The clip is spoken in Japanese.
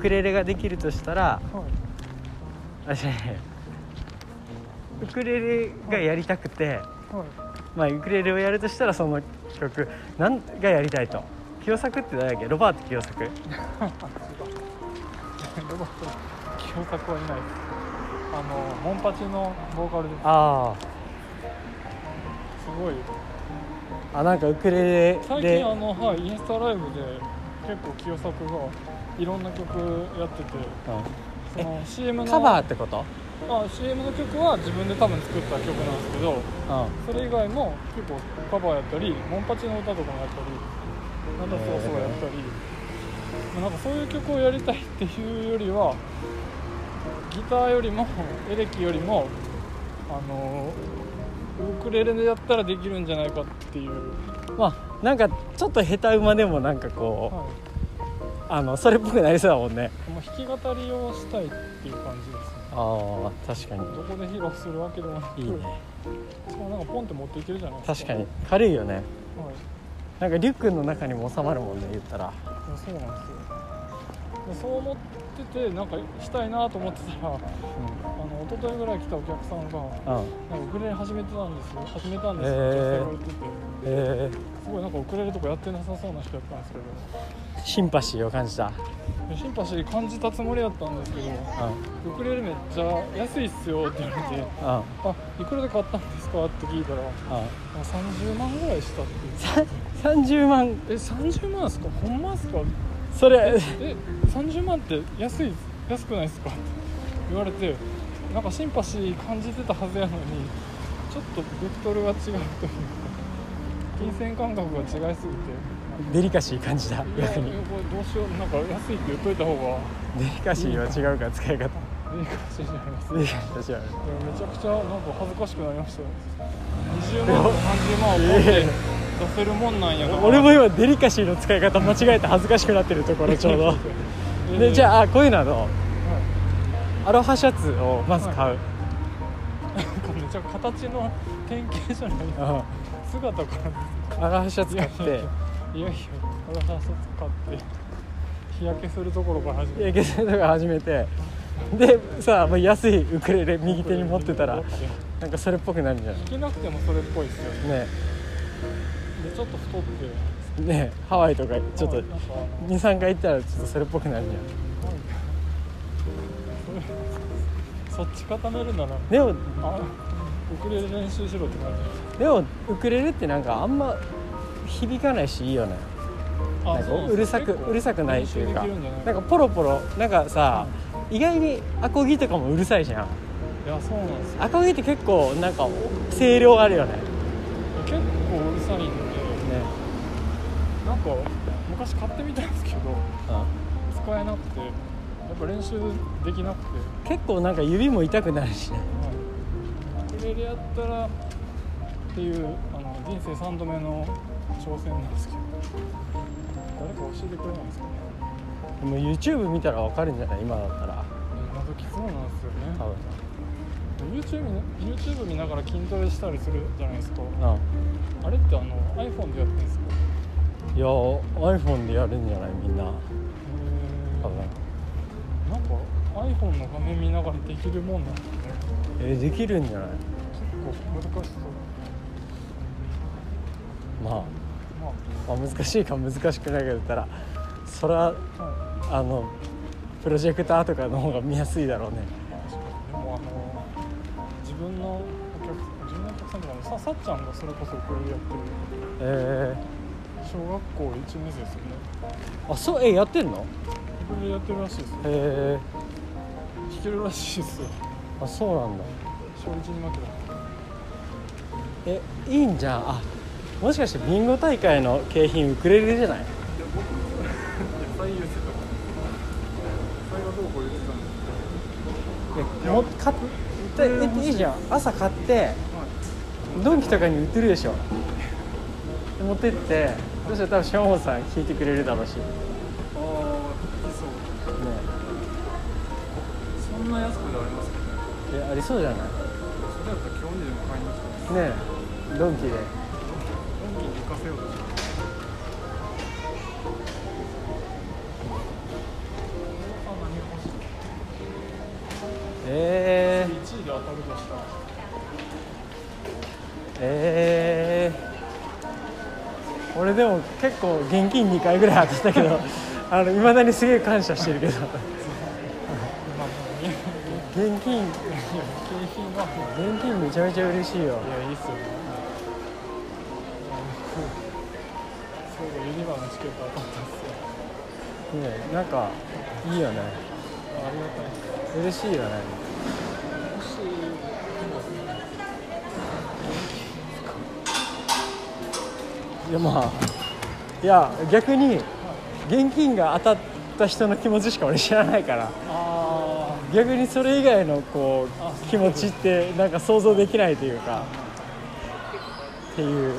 クレレができるとしたらはいあじゃあねウクレレがやりたくて、はいまあ、ウクレレをやるとしたらその曲なんがやりたいと清作って誰だっけロバート清作ロバート清作はいないですあのモンパチのボーカルですあすごいああなんかウクレレ最で近あの、はい、インスタライブで結構清作がいろんな曲やっててその CM うのんカバーってこと、あ CM の曲は自分で多分作った曲なんですけどうそれ以外も結構カバーやったりモンパチの歌とかもやったりなんだそうそうやったり、なんかそういう曲をやりたいっていうよりはギターよりもエレキよりもあのウクレレでやったらできるんじゃないかっていう、ん、まあなんかちょっと下手馬でもなんかこう、はあのそれっぽくなりそうだもんねい、もう弾き語りをしたいっていう感じですねああ確かにどこで披露するわけでもなくいいねしかもなんかポンって持っていけるじゃないです確かかに軽いよねはいなんかリュックの中にも収まるもんね言ったらいやそうなんですよそう思っててなんかしたいなと思ってたらあの一昨日ぐらい来たお客さんが「うん、うん、なんかウクレレ始めてたんですよ始めたんですへよ」ーって言われててえすごいなんかウクレレとかやってなさそうな人やったんですけどー、シンパシーを感じた、でシンパシー感じたつもりだったんですけどうん「ウクレレめっちゃ安いっすよ」って言われてう「んうん、あいくらで買ったんですか?」って聞いたら「あ30万ぐらいした」って言って30万「え30万ですかほんまですか?」それえ30万って安い安くないですか?」って言われてなんかシンパシー感じてたはずやのにちょっとベクトルが違うというか金銭感覚が違いすぎてデリカシー感じたいやいや逆これにどうしようなんか安いって言っといた方がデリカシーは違うから使い方いいかもしれないですデリカシーは違ういやめちゃくちゃなんか恥ずかしくなりましたよ20万と30万を持って出せるもんなんやから俺も今デリカシーの使い方間違えて恥ずかしくなってるところちょうどでじあ、ゃあこういうのはどうはいアロハシャツをまず買う、なんかめっちゃ形の典型じゃないうん、姿からアロハシャツ買っていやいやいやいや俺はシャツ買って日焼けするところから始いめやてゲストが始めてでさあもう安いウクレレ右手に持ってたら弾なんかそれっぽくなるんじゃないけなくてもそれっぽいっすよねねでちょっと太ってえねえハワイとかちょっなとんか23回行ったらちょっとそれっぽくなるじゃんそっち固めるならでもあウクレレ練習しろって感じでもウクレレってなんかあんま響かないしいいよねなんかうるさくうるさくないっていうかいなんなんかかポロポロなんかさ意外にアコギとかもうるさいじゃんいやそうなんですよアコギって結構なんか声量あるよね結構うるさいんでねなんか昔買ってみたんですけど使えなくてやっぱ練習できなくて結構なんか指も痛くなるしねはいウクレレやったらっていうあの人生3度目の挑戦なんですけど誰か教えてくれないんですかねでも YouTube 見たらわかるんじゃない今だったら今時そうなんですよ多分ね YouTube, ね YouTube 見ながら筋トレしたりするじゃないですかうあれってあの iPhone でやってんですかんいや iPhone でやるんじゃないみんなへ多分ーなんか iPhone の画面見ながらできるもんなんですねえできるんじゃない結構難しそうままあ、まあ、難しいか難しくないかだったらそれはあはいあのプロジェクターとかの方が見やすいだろうね確かにでもあの自分のお客自分のお客さんとかのささっちゃんがそれこそこれやってるえ小学校1年生ですよねー、あそうえやってんのこれやってるらしいですよ弾えけるらしいですよー、あそうなんだ小1に負えけいいんじゃんあもしかしてビンゴ大会の景品ウクレレじゃないた野菜言ってた野菜がどうこう言ってたんですえも買っえいいじゃん朝買ってドンキとかに売ってるでしょで持ってってそしたら多分ショーンさん弾いてくれるだろうしねああいそうそんな安くでありますかねえありそうじゃないそれだったら今日にでも買いに来たんですねえドンキで本気に行かせようとしてあえ1位で当たるとしたらー、えー、俺でも結構現金2回ぐらい当たったけどあの未だにすげえ感謝してるけどまあもう現現金金はも現金めちゃめちゃ嬉しいよういやいいっすよね そうだユニバのチケット当たったっすよねなんかいいよねあありがたい嬉しいよねもし今いやまあいや逆に現金が当たった人の気持ちしか俺知らないからあ逆にそれ以外のこあう気持ちってなんか想像できないというかっていう